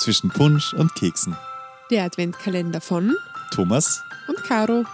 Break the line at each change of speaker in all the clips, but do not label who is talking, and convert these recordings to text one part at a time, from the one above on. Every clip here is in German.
zwischen Punsch und Keksen.
Der Adventkalender von
Thomas,
und Caro.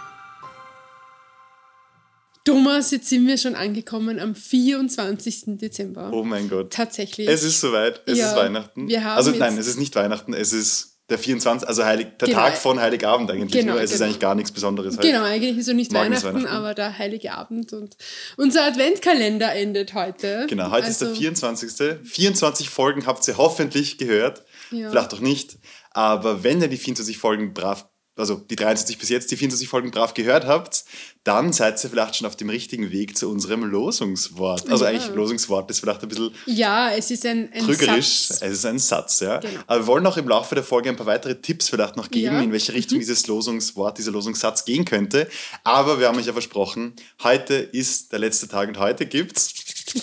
Thomas, jetzt sind wir schon angekommen am 24. Dezember.
oh mein Gott.
Tatsächlich.
Es ist soweit, es
Ja,
ist Weihnachten.
wir haben
also
jetzt-
nein, es ist nicht Weihnachten, es ist der 24., also Heilig, der
Genau.
Tag von Heiligabend eigentlich.
Genau,
nur es ist
genau.
eigentlich gar nichts Besonderes. Halt.
Genau, eigentlich ist es nicht
Morgen ist
Weihnachten,
Weihnachten.
aber der Heilige Abend und unser Adventkalender endet heute. Also,
Genau, heute ist der 24. 24 Folgen habt ihr hoffentlich gehört.
Ja.
Vielleicht auch nicht. Aber wenn ihr die 24 Folgen brav, also die 23 bis jetzt, die 24 Folgen brav gehört habt, dann seid ihr vielleicht schon auf dem richtigen Weg zu unserem Losungswort. Also
Ja.
eigentlich Losungswort ist vielleicht ein bisschen
Ja, es ist ein, ein
trügerisch.
Satz.
Es ist ein Satz, ja.
Genau.
Aber wir wollen auch im Laufe der Folge ein paar weitere Tipps vielleicht noch geben,
Ja. Mhm.
in welche Richtung dieses Losungswort, dieser Losungssatz gehen könnte. Aber wir haben euch ja versprochen, heute ist der letzte Tag und heute gibt's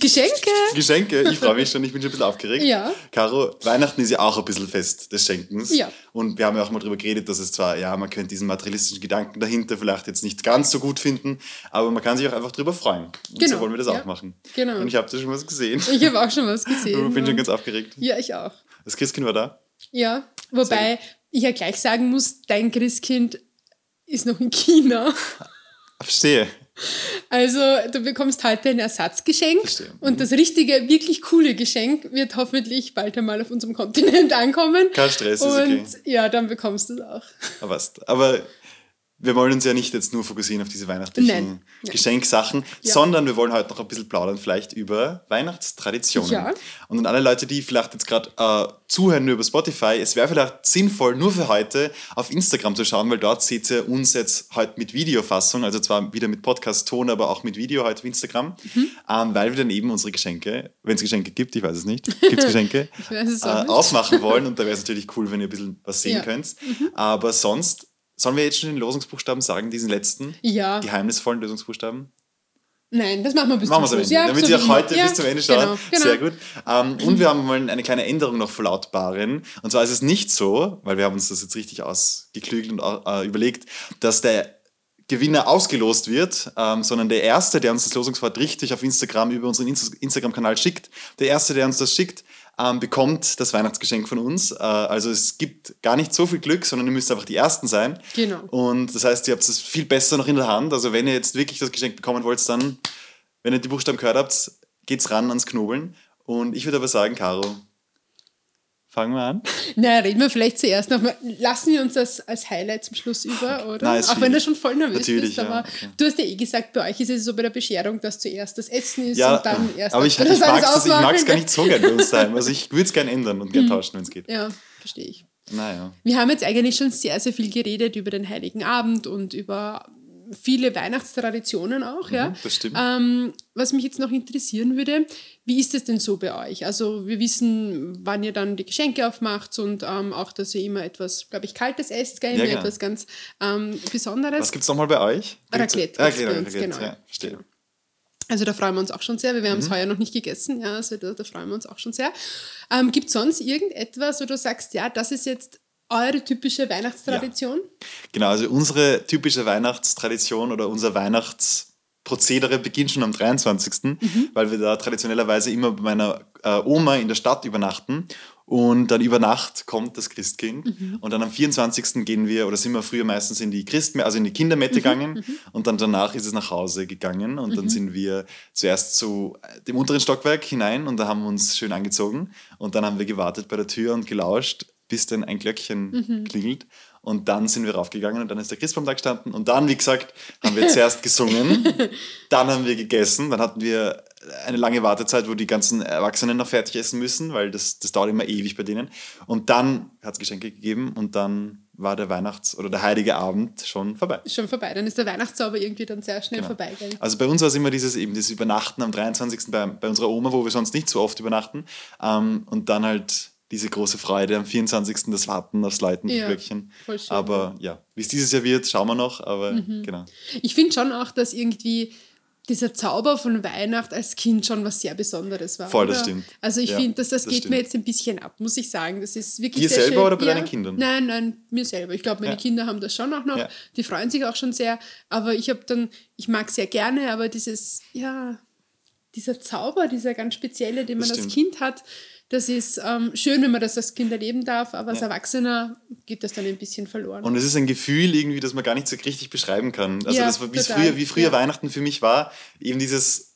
Geschenke.
Geschenke. Ich freue mich schon, ich bin schon ein bisschen aufgeregt.
Ja.
Caro, Weihnachten ist ja auch ein bisschen Fest des Schenkens.
Ja.
Und wir haben ja auch mal drüber geredet, dass es zwar, ja, man könnte diesen materialistischen Gedanken dahinter vielleicht jetzt nicht ganz so gut finden, aber man kann sich auch einfach drüber freuen. Und so
Genau,
wollen wir das
ja.
auch machen.
Genau.
Und ich habe da schon was gesehen.
Ich habe auch schon was
Ich
gesehen.
bin schon
und-
ganz aufgeregt.
ja, ich auch.
Das Christkind war da.
Ja, wobei ich ja gleich sagen muss, dein Christkind ist noch in China.
Verstehe.
Also du bekommst heute ein Ersatzgeschenk
Verstehe. Mhm.
und das richtige, wirklich coole Geschenk wird hoffentlich bald einmal auf unserem Kontinent ankommen.
Kein Stress, ist
und
okay.
ja, dann bekommst du es auch.
Aber, passt. aber wir wollen uns ja nicht jetzt nur fokussieren auf diese weihnachtlichen
Nein, nein.
Geschenksachen,
Ja.
sondern wir wollen heute noch ein bisschen plaudern, vielleicht über Weihnachtstraditionen.
Ja.
Und an alle Leute, die vielleicht jetzt gerade äh, zuhören nur über Spotify, es wäre vielleicht sinnvoll, nur für heute auf Instagram zu schauen, weil dort seht ihr uns jetzt heute mit Videofassung, also zwar wieder mit Podcast-Ton, aber auch mit Video heute auf Instagram,
Mhm.
ähm, weil wir dann eben unsere Geschenke, wenn es Geschenke gibt, ich weiß es nicht, gibt es Geschenke,
Ich weiß es
äh,
auch nicht.
aufmachen wollen und da wäre es natürlich cool, wenn ihr ein bisschen was sehen
Ja. Mhm.
könnt. Aber sonst, sollen wir jetzt schon den Losungsbuchstaben sagen, diesen letzten?
Ja,
Geheimnisvollen Lösungsbuchstaben?
nein, das machen wir bis
Machen wir es am
zum
Ende,
Schluss. Ja,
damit
so
ihr
wie
auch heute
immer. ja,
bis zum Ende schaut.
Genau, genau.
Sehr gut. Ähm, und wir haben mal eine kleine Änderung noch verlautbaren. Und zwar ist es nicht so, weil wir haben uns das jetzt richtig ausgeklügelt und äh, überlegt, dass der Gewinner ausgelost wird, ähm, sondern der Erste, der uns das Losungswort richtig auf Instagram über unseren Inst Instagram-Kanal schickt, der Erste, der uns das schickt, ähm, bekommt das Weihnachtsgeschenk von uns. Äh, also es gibt gar nicht so viel Glück, sondern ihr müsst einfach die Ersten sein.
Genau.
Und das heißt, ihr habt es viel besser noch in der Hand. Also wenn ihr jetzt wirklich das Geschenk bekommen wollt, dann, wenn ihr die Buchstaben gehört habt, geht's ran ans Knobeln. Und ich würde aber sagen, Caro, fangen wir an.
Na, reden wir vielleicht zuerst nochmal. Lassen wir uns das als Highlight zum Schluss über, oder?
Nein, ist
auch wenn
schwierig.
du schon voll nervös
Natürlich,
bist,
ja,
aber
okay.
du hast ja eh gesagt, bei euch ist es so bei der Bescherung, dass zuerst das Essen ist
Ja,
und dann erst
aber ich,
das
ich mag
alles
es
ausmachen. Mhm.
gar nicht so gerne bei uns daheim. Also ich würde es gerne ändern und gerne tauschen, wenn es geht.
Ja, verstehe ich.
Naja.
Wir haben jetzt eigentlich schon sehr, sehr viel geredet über den Heiligen Abend und über viele Weihnachtstraditionen auch. ja.
Mhm, das stimmt.
Ähm, was mich jetzt noch interessieren würde, wie ist es denn so bei euch? Also wir wissen, wann ihr dann die Geschenke aufmacht und ähm, auch, dass ihr immer etwas, glaube ich, Kaltes esst, gell?
Ja,
Immer
genau.
etwas ganz ähm, Besonderes.
Was gibt's nochmal bei euch? Gibt's-
Raclette
Ah,
gibt's bei
genau,
uns,
Raclette,
genau.
ja, verstehe.
Also da freuen wir uns auch schon sehr, weil wir haben
Mhm.
es heuer noch nicht gegessen. Ja, also da, da freuen wir uns auch schon sehr. Ähm, Gibt es sonst irgendetwas, wo du sagst, ja, das ist jetzt eure typische Weihnachtstradition?
Genau, also unsere typische Weihnachtstradition oder unser Weihnachtsprozedere beginnt schon am 23., weil wir da traditionellerweise immer bei meiner äh, Oma in der Stadt übernachten. Und dann über Nacht kommt das Christkind. Und dann am 24. gehen wir, oder sind wir früher meistens in die Christme also in die Kindermette gegangen. Und dann danach ist es nach Hause gegangen. Und dann sind wir zuerst zu äh, dem unteren Stockwerk hinein und da haben wir uns schön angezogen. Und dann haben wir gewartet bei der Tür und gelauscht, bis dann ein Glöckchen klingelt. Und dann sind wir raufgegangen und dann ist der Christbaum da gestanden. Und dann, wie gesagt, haben wir zuerst gesungen, dann haben wir gegessen, dann hatten wir eine lange Wartezeit, wo die ganzen Erwachsenen noch fertig essen müssen, weil das, das dauert immer ewig bei denen. Und dann hat es Geschenke gegeben und dann war der Weihnachts- oder der heilige Abend schon vorbei.
Ist Schon vorbei, dann ist der Weihnachtszauber irgendwie dann sehr schnell
Genau.
vorbei. Gell?
Also bei uns war es immer dieses eben dieses Übernachten am 23. Bei, bei unserer Oma, wo wir sonst nicht so oft übernachten. Ähm, und dann halt diese große Freude am 24. das Warten aufs Läuten, die
Ja,
Glöckchen.
voll schön. Mhm.
Aber ja, wie es dieses Jahr wird, schauen wir noch. Aber genau.
Ich finde schon auch, dass irgendwie dieser Zauber von Weihnacht als Kind schon was sehr Besonderes war.
Voll, das stimmt.
Also ich
Ja,
finde, dass das,
das
geht
stimmt.
mir jetzt ein bisschen ab, muss ich sagen. Das ist wirklich
Dir
sehr
selber
schön.
oder bei deinen Kindern?
Nein, nein, mir selber. Ich glaube, meine
Ja.
Kinder haben das schon auch noch.
Ja.
Die freuen sich auch schon sehr. Aber ich habe dann, ich mag sehr gerne, aber dieses, ja, dieser Zauber, dieser ganz spezielle, den man
Das
als
stimmt.
Kind hat, Das ist ähm, schön, wenn man das als Kind erleben darf, aber als Erwachsener geht das dann ein bisschen verloren.
Und es ist ein Gefühl irgendwie, das man gar nicht so richtig beschreiben kann. Also
Ja,
das war, wie es
total,
früher, wie früher
ja.
Weihnachten für mich war, eben dieses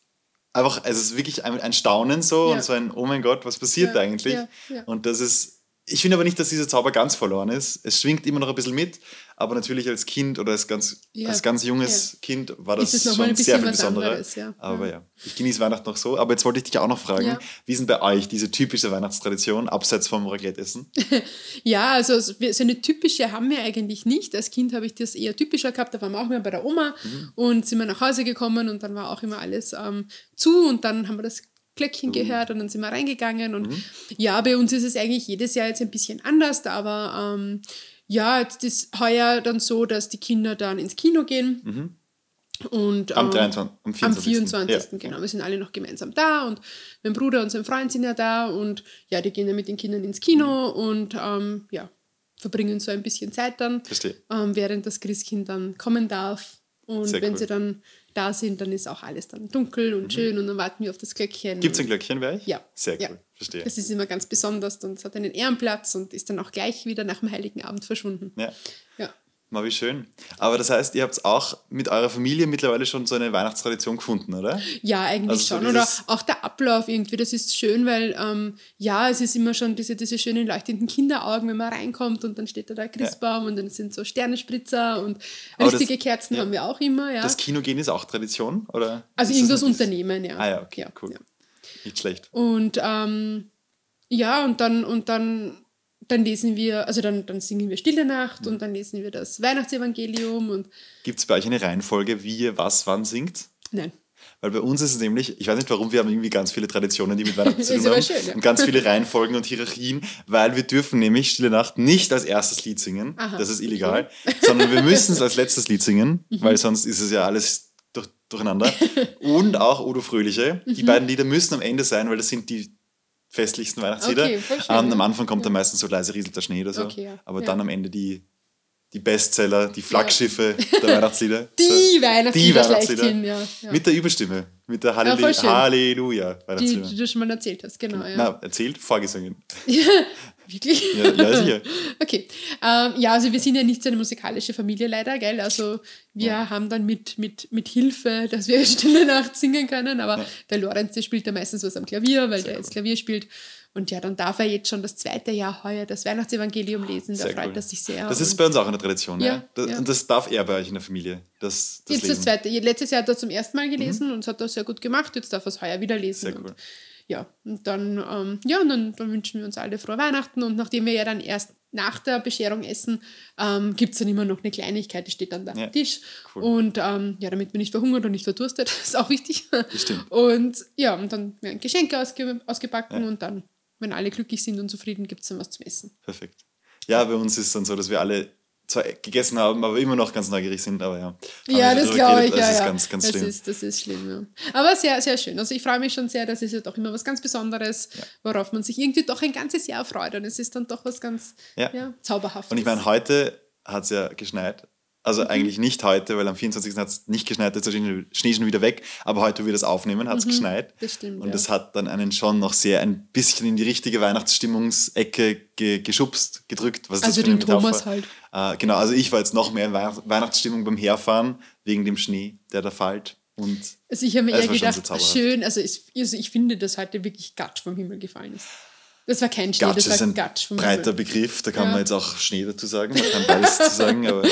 einfach, also es ist wirklich ein, ein Staunen so
Ja.
und so ein, oh mein Gott, was passiert
Ja,
da eigentlich?
ja, ja.
Und das ist, ich finde aber nicht, dass dieser Zauber ganz verloren ist. Es schwingt immer noch ein bisschen mit, aber natürlich als Kind oder als ganz,
Ja,
als ganz junges Kind war das
es noch mal
schon
ein
sehr
bisschen
viel
was
besonderer.
anderes, ja.
Aber
Ja.
ja, ich genieße Weihnachten noch so. Aber jetzt wollte ich dich auch noch fragen,
Ja.
wie ist denn bei euch diese typische Weihnachtstradition, abseits vom Raclette-Essen?
Ja, also es- wir- so eine typische haben wir eigentlich nicht. Als Kind habe ich das eher typischer gehabt. Da waren wir auch mal bei der Oma und sind wir nach Hause gekommen und dann war auch immer alles ähm, zu und dann haben wir das Glöckchen gehört und dann sind wir reingegangen. Und ja, bei uns ist es eigentlich jedes Jahr jetzt ein bisschen anders, aber ähm, ja, jetzt ist heuer dann so, dass die Kinder dann ins Kino gehen.
Mhm.
Und,
Am
ähm,
23. am
Am
24.
24.
Ja.
genau. Wir sind alle noch gemeinsam da und mein Bruder und sein Freund sind ja da und ja, die gehen dann mit den Kindern ins Kino und ähm, ja, verbringen so ein bisschen Zeit dann,
Verstehe.
ähm, während das Christkind dann kommen darf. Und
Sehr
wenn
cool.
sie dann da sind, dann ist auch alles dann dunkel und schön und dann warten wir auf das Glöckchen.
Gibt es ein
und-
Glöckchen bei euch?
Ja.
Sehr cool,
Ja.
verstehe.
Das ist immer ganz besonders und es hat einen Ehrenplatz und ist dann auch gleich wieder nach dem Heiligen Abend verschwunden.
Ja,
Ja.
mal wie schön. Aber das heißt, ihr habt auch mit eurer Familie mittlerweile schon so eine Weihnachtstradition gefunden, oder?
Ja, eigentlich
Also so
schon. Oder
dieses-
auch der Ablauf irgendwie, das ist schön, weil ähm, ja, es ist immer schon diese, diese schönen leuchtenden Kinderaugen, wenn man reinkommt und dann steht da der Christbaum und dann sind so Sternenspritzer und
Aber das-
richtige Kerzen
ja.
haben wir auch immer, ja.
Das Kinogehen ist auch Tradition, oder?
Also
Ist das
irgendwas
noch-
unternehmen, ja.
Ah ja, okay,
ja,
cool.
ja.
Nicht schlecht.
Und ähm, ja, und dann und dann dann lesen wir, also dann, dann singen wir Stille Nacht und dann lesen wir das Weihnachtsevangelium und
Gibt es bei euch eine Reihenfolge, wie ihr was wann singt?
nein.
Weil bei uns ist es nämlich, ich weiß nicht warum, wir haben irgendwie ganz viele Traditionen, die mit Weihnachten zu
Ist
tun
aber
haben.
schön, ja.
Und ganz viele Reihenfolgen und Hierarchien, weil wir dürfen nämlich Stille Nacht nicht als erstes Lied singen,
Aha, Mhm.
das ist illegal, sondern wir müssen es als letztes Lied singen, weil sonst ist es ja alles durch, durcheinander. Und auch Odo Fröhliche, die
Mhm.
beiden Lieder müssen am Ende sein, weil das sind die festlichsten Weihnachtslieder.
Okay, voll schön,
Ähm,
ja.
am Anfang kommt dann meistens so leise rieselt der Schnee oder so,
Okay, ja.
aber
Ja.
dann am Ende die, die Bestseller, die Flaggschiffe der Weihnachtslieder.
Die
So,
Weihnachtslieder schlechthin, ja, ja.
Mit der Überstimme, mit der Hallelu
voll schön.
Halleluja
Die,
Weihnachtsstimme.
die du schon mal erzählt hast, genau. Ja.
Na, erzählt, vorgesungen.
Wirklich?
Ja, ja, sicher.
Okay. Ähm, ja, also wir sind ja nicht so eine musikalische Familie leider, gell? Also wir haben dann mit, mit, mit Hilfe, dass wir Stille Nacht singen können, aber der Lorenz, der spielt ja meistens was am Klavier, weil der
gut.
jetzt Klavier spielt. Und ja, dann darf er jetzt schon das zweite Jahr heuer das Weihnachtsevangelium lesen, da
Sehr
freut
cool.
er sich sehr.
Das ist
Und
bei uns auch eine Tradition, ja.
Ja,
Das,
ja.
Und das darf er bei euch in der Familie. Das, das
jetzt
Lesen.
das zweite. Letztes Jahr hat er zum ersten Mal gelesen und es hat er sehr gut gemacht, jetzt darf er es heuer wieder lesen.
Sehr cool.
Und ja, und dann, ähm, ja, und dann, dann wünschen wir uns alle frohe Weihnachten. Und nachdem wir ja dann erst nach der Bescherung essen, ähm, gibt es dann immer noch eine Kleinigkeit, die steht dann da am
Ja,
Tisch.
cool.
Und ähm, ja, damit wir nicht verhungert und nicht verdurstet, ist auch wichtig.
stimmt.
Und ja, und dann werden Geschenke ausge ausgepackt
Ja.
und dann, wenn alle glücklich sind und zufrieden, gibt es dann was zum Essen.
Perfekt. Ja, bei uns ist es dann so, dass wir alle zwar gegessen haben, aber immer noch ganz neugierig sind, aber ja. Haben
ja,
wir schon
das
drüber
glaube ich.
geredet,
ja,
Das
ja.
ist ganz, ganz
das
schlimm.
Ist, das ist schlimm, ja. Aber sehr, sehr schön. Also ich freue mich schon sehr, das ist ja doch immer was ganz Besonderes, worauf man sich irgendwie doch ein ganzes Jahr freut. Und es ist dann doch was ganz
Ja.
ja. Zauberhaftes.
Und ich meine, heute hat es ja geschneit. Also
Mhm.
eigentlich nicht heute, weil am 24. hat es nicht geschneit, jetzt ist der Schnee schon wieder weg, aber heute, wo wir das aufnehmen, hat es geschneit.
Mhm. das stimmt,
Und
ja.
das hat dann einen schon noch sehr ein bisschen in die richtige Weihnachtsstimmungsecke ge geschubst, gedrückt. Was ist
Also
das für eine
den Thomas
Metapher? Äh, genau, also ich war jetzt noch mehr in Weihnachts Weihnachtsstimmung beim Herfahren, wegen dem Schnee, der da fällt. Und
also ich habe mir
Es war
eher
schon
gedacht,
so zauberhaft.
schön, also ich, also ich finde, dass heute wirklich Gatsch vom Himmel gefallen ist. Das war kein Schnee,
Gatsch
das
ist
war
ein
Gatsch vom
breiter
Himmel.
Begriff, da kann
Ja.
man jetzt auch Schnee dazu sagen, man kann beides zu sagen, aber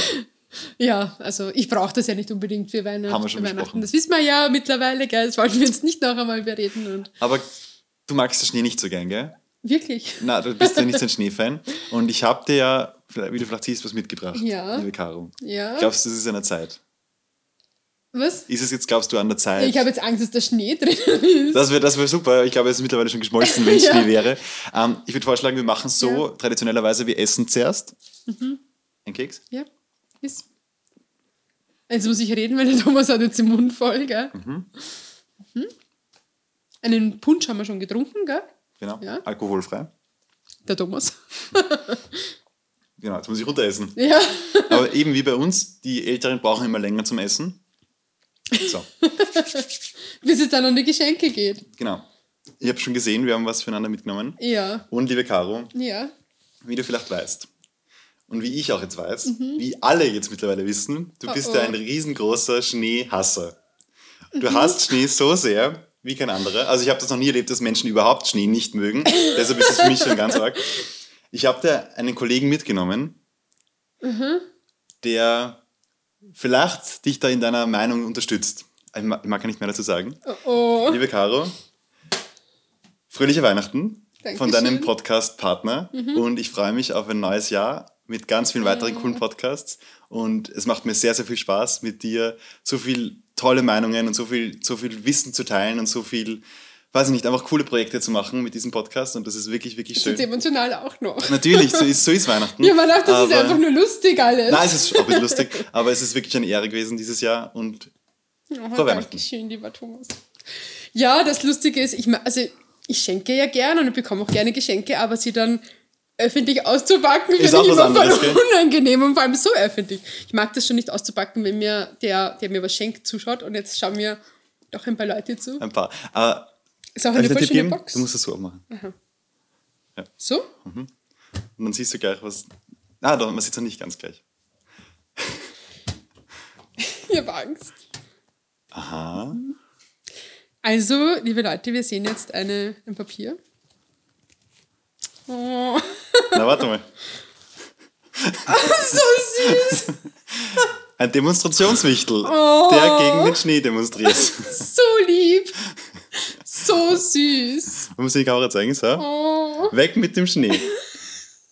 Ja, also ich brauche das ja nicht unbedingt für Weihnachten.
Haben wir schon
für
besprochen.
Weihnachten. Das wissen wir ja mittlerweile, gell? das wollten wir jetzt nicht noch einmal bereden. Und
aber du magst den Schnee nicht so gern, gell?
wirklich.
Na, du bist ja nicht so ein Schneefan. Und ich habe dir ja, vielleicht- wie du vielleicht siehst, was mitgebracht,
Ja.
liebe Caro.
Ja.
Glaubst du, es ist an der Zeit?
Was?
Ist es jetzt, glaubst du, an der Zeit?
Ich habe jetzt Angst, dass da Schnee drin ist.
das wäre das wär super. Ich glaube, es ist mittlerweile schon geschmolzen, wenn es
Ja.
Schnee wäre. Ähm, ich würde vorschlagen, wir machen es so, traditionellerweise, wir essen zuerst.
Mhm.
Ein Keks?
Ja, ist. Jetzt muss ich reden, weil der Thomas hat jetzt den Mund voll, gell? Mhm. Einen Punsch haben wir schon getrunken, gell?
Genau.
Ja.
Alkoholfrei.
Der Thomas.
Genau, jetzt muss ich runteressen.
Ja.
Aber eben wie bei uns, die Älteren brauchen immer länger zum Essen. So,
Bis es dann an die Geschenke geht.
genau. Ich habe schon gesehen, wir haben was füreinander mitgenommen.
Ja,
Und liebe Caro,
ja.
wie du vielleicht weißt und wie ich auch jetzt weiß, wie alle jetzt mittlerweile wissen, du
Oh,
bist
oh.
ja ein riesengroßer Schneehasser. Du hasst Schnee so sehr wie kein anderer. Also ich habe das noch nie erlebt, dass Menschen überhaupt Schnee nicht mögen. Deshalb ist es für mich schon ganz arg. Ich habe da einen Kollegen mitgenommen, der vielleicht dich da in deiner Meinung unterstützt. Ich mag ich mag ja nicht mehr dazu sagen.
Oh, oh.
Liebe Caro, fröhliche Weihnachten von
Dankeschön. Mhm.
deinem Podcast-Partner und ich freue mich auf ein neues Jahr mit ganz vielen weiteren coolen Podcasts und es macht mir sehr, sehr viel Spaß, mit dir so viel tolle Meinungen und so viel, so viel Wissen zu teilen und so viel, weiß ich nicht, einfach coole Projekte zu machen mit diesem Podcast und das ist wirklich, wirklich
Das ist
schön.
emotional auch noch.
Natürlich, so ist, so ist Weihnachten.
Ja, man dachte, das ist
aber-
einfach nur lustig alles.
Nein, es ist auch ein bisschen lustig, aber es ist wirklich eine Ehre gewesen dieses Jahr und
Oh,
Frohe Weihnachten.
Dankeschön, lieber Thomas. Ja, das Lustige ist, ich, ma- also, ich schenke ja gerne und ich bekomme auch gerne Geschenke, aber sie dann öffentlich auszupacken, finde ich
auch was
immer
anderes,
voll
gell?
unangenehm und vor allem so öffentlich. Ich mag das schon nicht auszupacken, wenn mir der, der mir was schenkt, zuschaut und jetzt schauen mir doch ein paar Leute zu.
ein paar. Aber
Ist auch
darf
eine
ich einen
voll
Tipp
schöne
geben?
Box.
Du musst das so auch machen.
so?
Und dann siehst du gleich, was. Ah, da, man sieht es noch nicht ganz gleich.
Ich habe Angst.
Aha.
Also, liebe Leute, wir sehen jetzt eine, ein Papier. Oh,
Na, warte mal.
so süß.
Ein Demonstrationswichtel,
Oh.
der gegen den Schnee demonstriert.
So lieb. So süß.
Man muss die Kamera zeigen, so.
Oh.
Weg mit dem Schnee.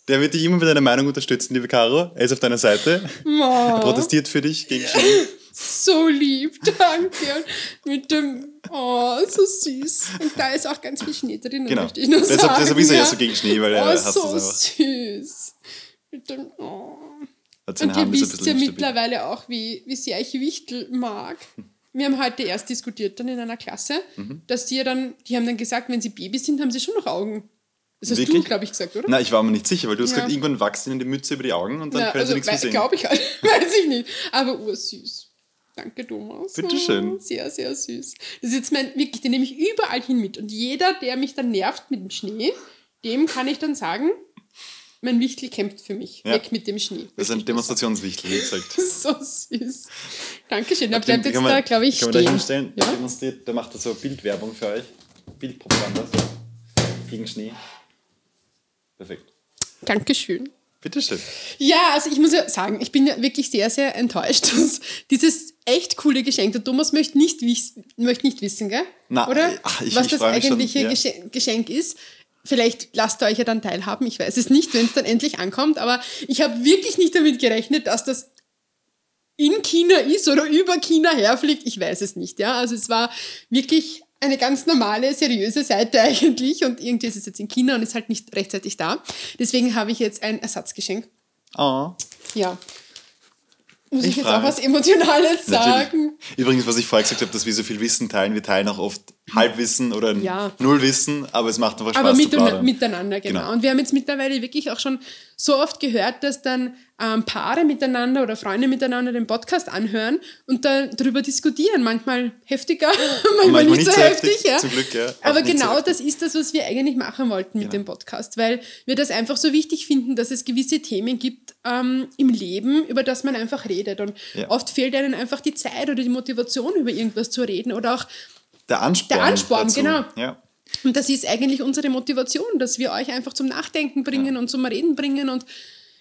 Der wird dich immer mit deiner Meinung unterstützen, liebe Caro. Er ist auf deiner Seite,
Ma,
protestiert für dich gegen Schnee.
so lieb, danke. Und Mit dem, oh, so süß. Und da ist auch ganz viel Schnee drin,
Genau.
möchte ich nur
Deshalb,
sagen.
deshalb ist er ja so gegen Schnee, weil er
Oh,
hasst es
so
einfach.
süß. Mit dem, oh.
Hat seine
Und ihr
Hand ist ein
wisst ja
bisschen instabil.
mittlerweile auch, wie, wie sehr ich Wichtel mag. Wir haben heute erst diskutiert dann in einer Klasse,
Mhm.
dass die ja dann, die haben dann gesagt, wenn sie Babys sind, haben sie schon noch Augen. Das hast du,
Wirklich?
glaube ich, gesagt, oder?
Na, ich war mir nicht sicher, weil du hast
Ja.
gesagt, irgendwann wachsen ihnen die Mütze über die Augen und dann
Na,
können sie nichts mehr sehen.
Glaube ich halt, weiß ich nicht. Aber ursüß. Danke, Thomas.
Bitteschön.
Oh, Sehr, sehr süß. Das ist jetzt mein, wirklich, den nehme ich überall hin mit. Und jeder, der mich dann nervt mit dem Schnee, dem kann ich dann sagen, mein Wichtel kämpft für mich.
Ja.
Weg mit dem Schnee.
das ist ein Demonstrationswichtel, wie gesagt.
Das ist so süß. Dankeschön. Da
Auf den
bleibt jetzt
kann man-
da, glaube ich,
Kann man da
stehen.
hinstellen?
Ja?
Demonstriert, da macht er so Bildwerbung für euch. Bildpropaganda so. Gegen Schnee. Perfekt.
Dankeschön.
Bitteschön.
Ja, also ich muss ja sagen, ich bin ja wirklich sehr, sehr enttäuscht, dass dieses echt coole Geschenk, der Thomas möchte nicht, wies- möchte nicht wissen, gell?
Na, äh,
Oder?
ach, ich-
Was
ich
das
freu mich schon,
eigentliche
ja.
Gesche- Geschenk ist. Vielleicht lasst ihr euch ja dann teilhaben, ich weiß es nicht, wenn es dann endlich ankommt, aber ich habe wirklich nicht damit gerechnet, dass das in China ist oder über China herfliegt, ich weiß es nicht, ja. Also es war wirklich eine ganz normale, seriöse Seite eigentlich und irgendwie ist es jetzt in China und ist halt nicht rechtzeitig da. Deswegen habe ich jetzt ein Ersatzgeschenk
Oh.
ja. Muss ich,
Ich
jetzt
frage.
auch was Emotionales sagen?
Natürlich. Übrigens, was ich vorher gesagt habe, dass wir so viel Wissen teilen, wir teilen auch oft Halbwissen oder ein
Ja.
Nullwissen, aber es macht einfach Spaß
Aber
zu
miteinander,
plaudern.
miteinander genau.
Genau.
Und wir haben jetzt mittlerweile wirklich auch schon so oft gehört, dass dann ähm, Paare miteinander oder Freunde miteinander den Podcast anhören und dann darüber diskutieren. Manchmal heftiger, manchmal, nicht, so heftig. ja.
Zum Glück, ja.
Aber
Auch nicht so
genau
heftig.
das ist das, was wir eigentlich machen wollten mit
Genau.
dem Podcast, weil wir das einfach so wichtig finden, dass es gewisse Themen gibt ähm, im Leben, über das man einfach redet. Und
Ja.
oft fehlt einem einfach die Zeit oder die Motivation, über irgendwas zu reden oder auch
Der Ansporn.
Der Ansporn,
dazu.
genau.
Ja.
und das ist eigentlich unsere Motivation, dass wir euch einfach zum Nachdenken bringen und zum Reden bringen. Und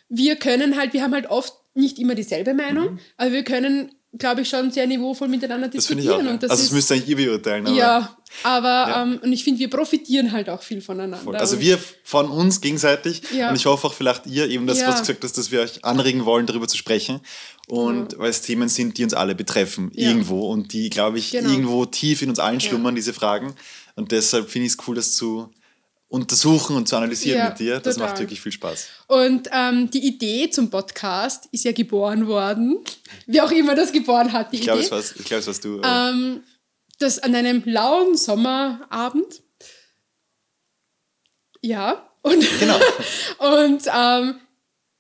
wir können halt, wir haben halt oft nicht immer dieselbe Meinung, aber wir können, glaube ich, schon sehr niveauvoll miteinander
Mhm. Das finde ich auch.
diskutieren.
Ja.
und
Das also, das müsst ihr eigentlich ihr beurteilen. aber-
ja, aber
Ja.
Ähm, und ich finde, wir profitieren halt auch viel voneinander.
Voll. Also wir von uns gegenseitig
Ja.
und ich hoffe auch vielleicht ihr eben das,
Ja.
was du gesagt hast, dass wir euch anregen wollen, darüber zu sprechen und weil es Themen sind, die uns alle betreffen
Ja.
irgendwo und die, glaube ich,
Genau.
irgendwo tief in uns allen schlummern, diese Fragen und deshalb finde ich es cool, das zu untersuchen und zu analysieren
Ja,
mit dir. Das
total.
macht wirklich viel Spaß.
Und ähm, die Idee zum Podcast ist ja geboren worden. Wer auch immer das geboren hat, die
Ich glaube,
Idee.
es war's, ich glaube, es warst du. aber-
ähm, dass an einem lauen Sommerabend. Ja. Und,
Genau.
und ähm,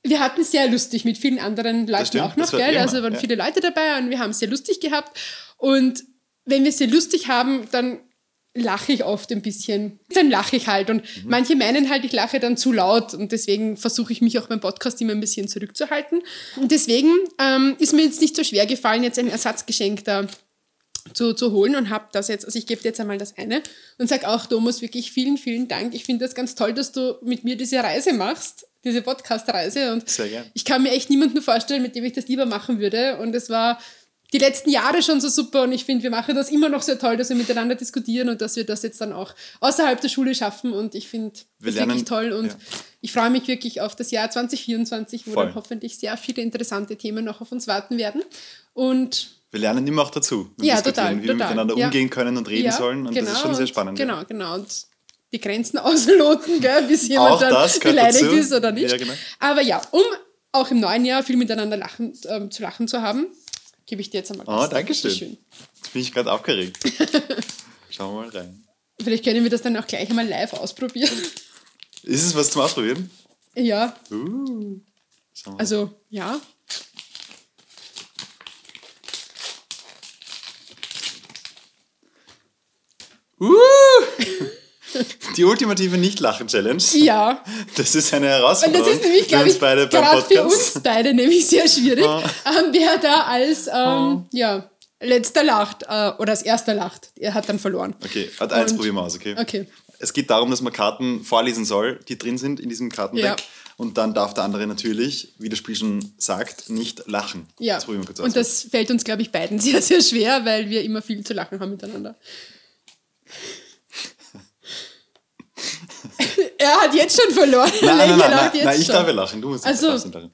wir hatten es sehr lustig mit vielen anderen Leuten
stimmt,
auch noch,
das war
gell?
immer,
Also waren
ja.
viele Leute dabei und wir haben es sehr lustig gehabt. Und wenn wir es sehr lustig haben, dann lache ich oft ein bisschen. Dann lache ich halt. Und
Mhm.
manche meinen halt, ich lache dann zu laut. Und deswegen versuche ich mich auch beim Podcast immer ein bisschen zurückzuhalten. Und deswegen ähm, ist mir jetzt nicht so schwer gefallen, jetzt ein Ersatzgeschenk da zu, zu holen und habe das jetzt, also ich gebe dir jetzt einmal das eine und sage auch, Thomas, wirklich vielen, vielen Dank. Ich finde das ganz toll, dass du mit mir diese Reise machst, diese Podcast-Reise. Und
Sehr gern.
ich kann mir echt niemanden vorstellen, mit dem ich das lieber machen würde. Und es war die letzten Jahre schon so super und ich finde, wir machen das immer noch sehr toll, dass wir miteinander diskutieren und dass wir das jetzt dann auch außerhalb der Schule schaffen. Und ich finde
Wir
das
lernen-
wirklich toll und
ja.
ich freue mich wirklich auf das Jahr 2024, wo
Voll.
dann hoffentlich sehr viele interessante Themen noch auf uns warten werden. Und
Wir lernen immer auch dazu. Wir
Ja,
diskutieren,
total,
Wie wir
total,
miteinander
ja.
umgehen können und reden
ja,
sollen. Und das ist schon
und-
sehr spannend. ja.
Genau, genau. Und die Grenzen ausloten, gell, bis jemand
Auch
dann
das gehört
beleidigt
dazu.
ist oder nicht.
Ja, genau.
Aber ja, um auch im neuen Jahr viel miteinander lachen, ähm, zu lachen zu haben, gebe ich dir jetzt einmal
Oh,
das.
Dankeschön.
Dankeschön.
Jetzt bin ich gerade aufgeregt. Schauen wir mal rein.
Vielleicht können wir das dann auch gleich einmal live ausprobieren.
Ist es was zum Ausprobieren?
ja,
Uh. Schauen wir mal.
also ja.
uh! Die ultimative Nicht-Lachen-Challenge.
Ja.
Das ist eine
Und
Herausforderung
das ist nämlich, glaube
uns
ich,
beide beim
gerade für
Podcast.
uns beide nämlich sehr schwierig,
Ah.
ähm, wer da als ähm, ja, letzter lacht äh, oder als erster lacht, er hat dann verloren.
Okay, hat eins
Und-
probieren wir aus, okay?
Okay.
Es geht darum, dass man Karten vorlesen soll, die drin sind in diesem Kartendeck.
Ja.
Und dann darf der andere natürlich, wie das Spiel schon sagt, nicht lachen.
Ja.
Das probieren wir kurz aus.
Und das fällt uns, glaube ich, beiden sehr, sehr schwer, weil wir immer viel zu lachen haben miteinander. er hat jetzt schon verloren.
nein, nein,
Er
nein, nein,
lacht
nein,
jetzt
nein, ich
schon.
darf ja lachen. Du musst
Also-
nicht lachen.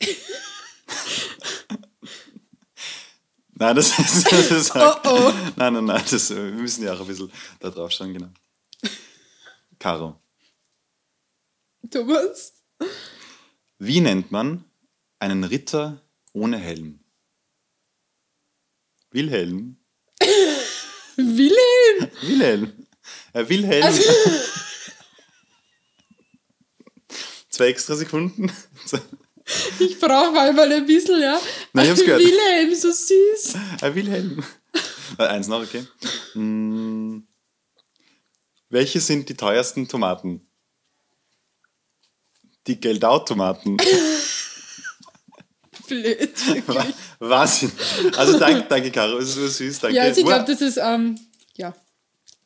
Nein, das ist. Das ist
Oh, oh.
Nein, nein, nein, das, äh, wir müssen ja auch ein bisschen da drauf schauen, genau. Caro,
Thomas?
wie nennt man einen Ritter ohne Helm? Wilhelm.
Wilhelm?
Wilhelm. Äh, Wilhelm.
Also-
Zwei extra Sekunden.
Ich brauche manchmal ein bisschen, ja.
Nein, ich hab's gehört.
Wilhelm, so süß.
Äh, Wilhelm. Äh, eins noch, okay. Mm. Welche sind die teuersten Tomaten? Die Geldau-Tomaten.
Blöd.
Wa- Wahnsinn. Also danke, danke Caro, es ist so süß, danke.
Ja, also ich
Wow.
glaube, dass es ähm, ja,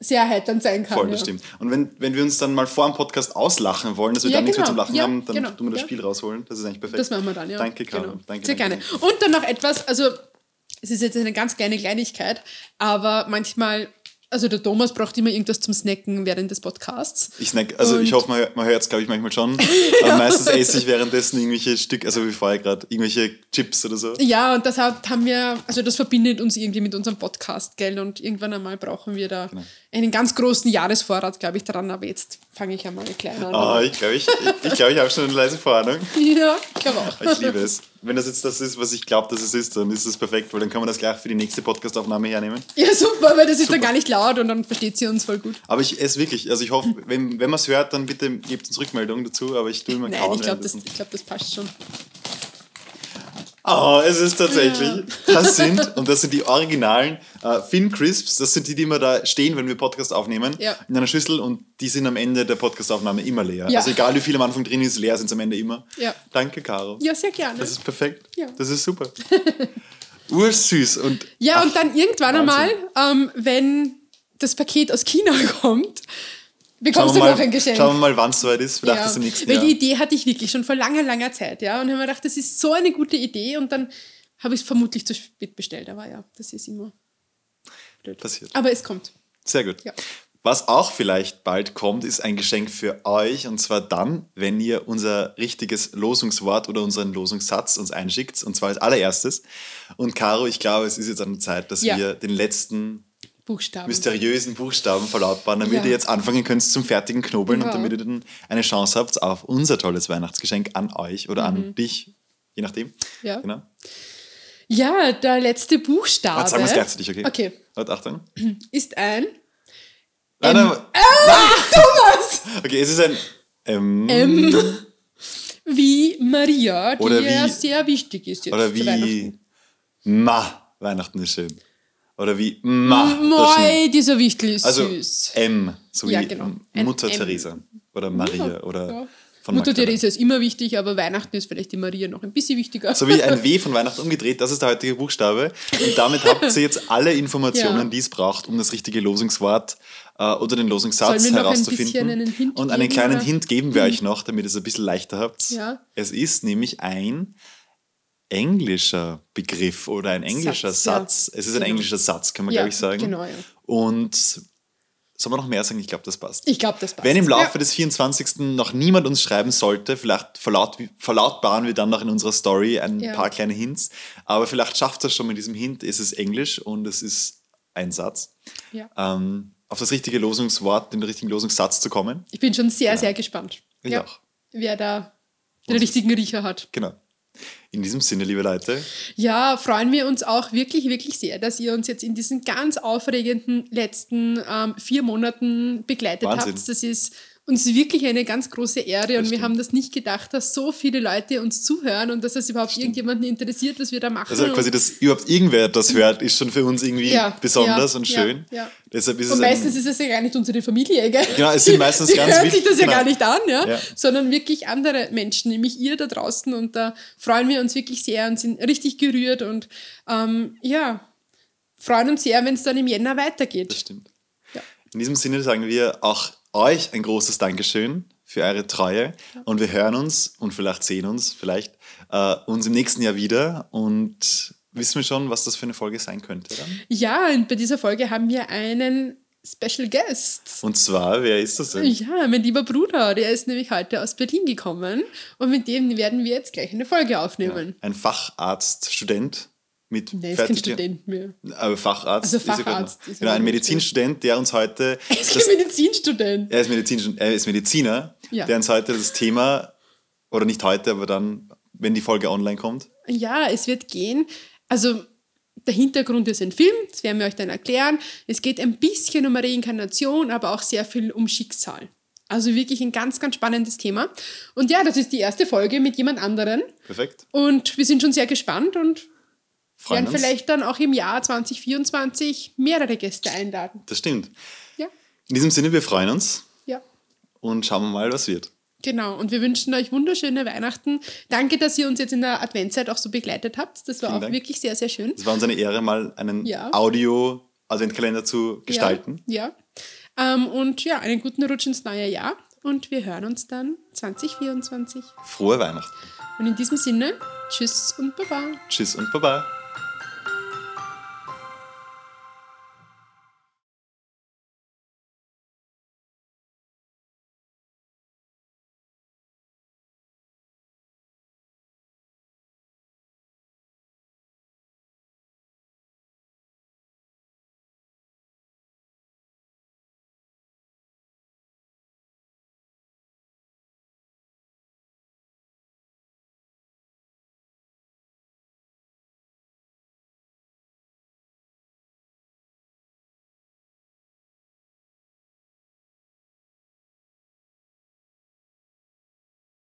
sehr erheiternd sein kann.
Voll,
ja.
das stimmt. Und wenn, wenn wir uns dann mal vor dem Podcast auslachen wollen, dass wir
Ja,
dann nichts mehr
genau.
zum Lachen
Ja,
haben, dann
genau.
tun wir das
Ja.
Spiel rausholen. Das ist eigentlich perfekt.
Das machen wir dann, ja.
Danke, Caro.
Genau.
Danke,
Sehr
danke,
gerne. Und dann noch etwas, also es ist jetzt eine ganz kleine Kleinigkeit, aber manchmal, also der Thomas braucht immer irgendwas zum Snacken während des Podcasts.
Ich snack, also ich
Und-
hoffe, man, man hört es, glaube ich, manchmal schon. Aber meistens esse ich währenddessen irgendwelche Stück, also wie vorher gerade, irgendwelche Chips oder so.
Ja, und deshalb haben wir, also das verbindet uns irgendwie mit unserem Podcast, gell? Und irgendwann einmal brauchen wir da
Genau.
einen ganz großen Jahresvorrat, glaube ich, dran. Aber jetzt fange ich einmal klein an.
Ah, ich glaube, ich, ich, ich, glaub, ich habe schon eine leise Vorahnung.
ja, ich glaube auch.
Ich liebe es. Wenn das jetzt das ist, was ich glaube, dass es ist, dann ist es perfekt, weil dann können wir das gleich für die nächste Podcastaufnahme hernehmen.
Ja, super, weil das ist dann gar nicht laut und dann versteht sie uns voll gut.
Aber ich esse wirklich, also ich hoffe, wenn, wenn man es hört, dann bitte gebt uns Rückmeldung dazu, aber ich tue immer
Nein,
kauen
ich glaube, das,
währenddessen.
ich glaub, das passt schon.
Oh, es ist tatsächlich. Das sind, und das sind die originalen äh, Fin Crisps, das sind die, die immer da stehen, wenn wir Podcast aufnehmen,
Ja.
in einer Schüssel und die sind am Ende der Podcastaufnahme immer leer.
Ja.
Also egal wie viel am Anfang drin ist, leer sind es am Ende immer.
Ja.
Danke, Caro.
Ja, sehr gerne.
Das ist perfekt.
Ja.
Das ist super. Ursüß und
Ja, und dann irgendwann einmal,
Wahnsinn.
ähm, wenn das Paket aus China kommt, bekommst du
mal,
noch ein Geschenk.
schauen wir mal, wann es soweit ist. Vielleicht
ja.
ist im nächsten
Weil
Jahr.
die Idee hatte ich wirklich schon vor langer, langer Zeit, ja. Und habe mir gedacht, das ist so eine gute Idee und dann habe ich es vermutlich zu spät bestellt, aber ja, das ist immer blöd.
Passiert.
Aber es kommt.
Sehr gut.
Ja.
Was auch vielleicht bald kommt, ist ein Geschenk für euch. Und zwar dann, wenn ihr unser richtiges Losungswort oder unseren Losungssatz uns einschickt. Und zwar als allererstes. Und Caro, ich glaube, es ist jetzt an der Zeit, dass
Ja.
wir den letzten
Buchstaben.
mysteriösen Buchstaben verlautbaren, damit
Ja.
ihr jetzt anfangen könnt zum fertigen Knobeln
Ja.
und damit ihr dann eine Chance habt auf unser tolles Weihnachtsgeschenk an euch oder an dich, je nachdem.
Mhm. Ja.
Genau.
Ja, der letzte Buchstabe
Jetzt sagen wir es gleichzeitig, okay?
Okay.
Warte, Achtung.
ist ein
Nein, nein,
Ähm, äh, Thomas Äh,
okay, es ist ein ähm,
wie Maria, die
Oder
ja
wie-
sehr wichtig ist jetzt
Oder
zu Weihnachten.
wie Ma, Weihnachten ist schön. Oder wie Ma. das ist
Moi, dieser Wichtel ist
ein- Also
süß.
M, so
Ja,
wie
genau. Ein
Mutter
M.
Theresa oder Maria
Ja,
oder
ja.
von
Mutter
Magdalena.
Therese ist immer wichtig, aber Weihnachten ist vielleicht die Maria noch ein bisschen wichtiger.
So wie ein W von Weihnachten umgedreht, das ist der heutige Buchstabe. Und damit habt ihr jetzt alle Informationen,
Ja.
die es braucht, um das richtige Losungswort äh, oder den Losungssatz
Sollen wir noch ein
herauszufinden.
bisschen einen Hint
Und einen
geben,
kleinen
oder? Mhm.
Hint geben wir euch noch, damit ihr es ein bisschen leichter habt.
Ja.
Es ist nämlich ein englischer Begriff oder ein englischer Satz.
Satz,
Es ist ein
Genau.
englischer Satz, kann man
Ja,
glaube ich sagen.
genau, ja.
Und soll man noch mehr sagen? Ich glaube, das passt.
Ich glaube, das passt.
Wenn im Laufe
ja.
des 24. noch niemand uns schreiben sollte, vielleicht verlaut, verlautbaren wir dann noch in unserer Story ein
Ja.
paar kleine Hints. Aber vielleicht schafft das schon mit diesem Hint. Es ist Englisch und es ist ein Satz.
Ja.
Ähm, auf das richtige Losungswort, den richtigen Losungssatz zu kommen.
Ich bin schon sehr, sehr gespannt.
Genau. Ich auch.
Wer da den richtigen Riecher hat.
Genau. In diesem Sinne, liebe Leute,
Ja, freuen wir uns auch wirklich, wirklich sehr, dass ihr uns jetzt in diesen ganz aufregenden letzten ähm, vier Monaten begleitet
Wahnsinn.
habt. Das ist uns wirklich eine ganz große Ehre und wir
stimmt.
haben das nicht gedacht, dass so viele Leute uns zuhören und dass es überhaupt irgendjemanden interessiert, was wir da machen.
also quasi,
und
dass überhaupt irgendwer das hört, ist schon für uns irgendwie
Hm. Ja,
besonders
ja,
und
ja,
schön.
ja.
Deshalb ist
und
es
meistens
ein,
ist es ja gar nicht unsere Familie, gell?
Genau, es sind meistens
Die
ganz
hört sich
wichtig-
das ja
genau.
gar nicht an, ja?
Ja.
sondern wirklich andere Menschen, nämlich ihr da draußen. Und da freuen wir uns wirklich sehr und sind richtig gerührt und ähm, ja, freuen uns sehr, wenn es dann im Jänner
Das
weitergeht.
stimmt.
Ja.
In diesem Sinne sagen wir auch euch ein großes Dankeschön für eure Treue und wir hören uns und vielleicht sehen uns vielleicht äh, uns im nächsten Jahr wieder und wissen wir schon, was das für eine Folge sein könnte. Dann?
Ja, und bei dieser Folge haben wir einen Special Guest.
Und zwar, wer ist das denn?
Ja, mein lieber Bruder, der ist nämlich heute aus Berlin gekommen und mit dem werden wir jetzt gleich eine Folge aufnehmen.
Ein Facharzt, Student mit
Der ist kein
fertig-
Student mehr.
Aber Facharzt.
Also
ist er gerade
Facharzt
noch.
ist er
genau, ein
noch.
Medizinstudent, der uns heute
Er ist kein Medizinstudent.
Er ist, Medizin, er ist Mediziner,
Ja.
der uns heute das Thema, oder nicht heute, aber dann, wenn die Folge online kommt,
Ja, es wird gehen. Also der Hintergrund ist ein Film, das werden wir euch dann erklären. Es geht ein bisschen um Reinkarnation, aber auch sehr viel um Schicksal. Also wirklich ein ganz, ganz spannendes Thema. Und ja, das ist die erste Folge mit jemand anderen.
perfekt,
Und wir sind schon sehr gespannt und
freuen
werden
uns.
vielleicht dann auch im Jahr 2024 mehrere Gäste einladen.
Das stimmt.
Ja,
In diesem Sinne, wir freuen uns
ja.
und schauen wir mal, was wird.
Genau, und wir wünschen euch wunderschöne Weihnachten. Danke, dass ihr uns jetzt in der Adventszeit auch so begleitet habt. Das war
Vielen
auch
Dank.
wirklich sehr, sehr schön.
Es war uns eine Ehre, mal einen
Ja.
Audio-Adventkalender zu gestalten.
Ja. ja. Ähm, und ja, einen guten Rutsch ins neue Jahr und wir hören uns dann 2024.
Frohe Weihnachten.
Und in diesem Sinne, tschüss und baba.
Tschüss und Baba.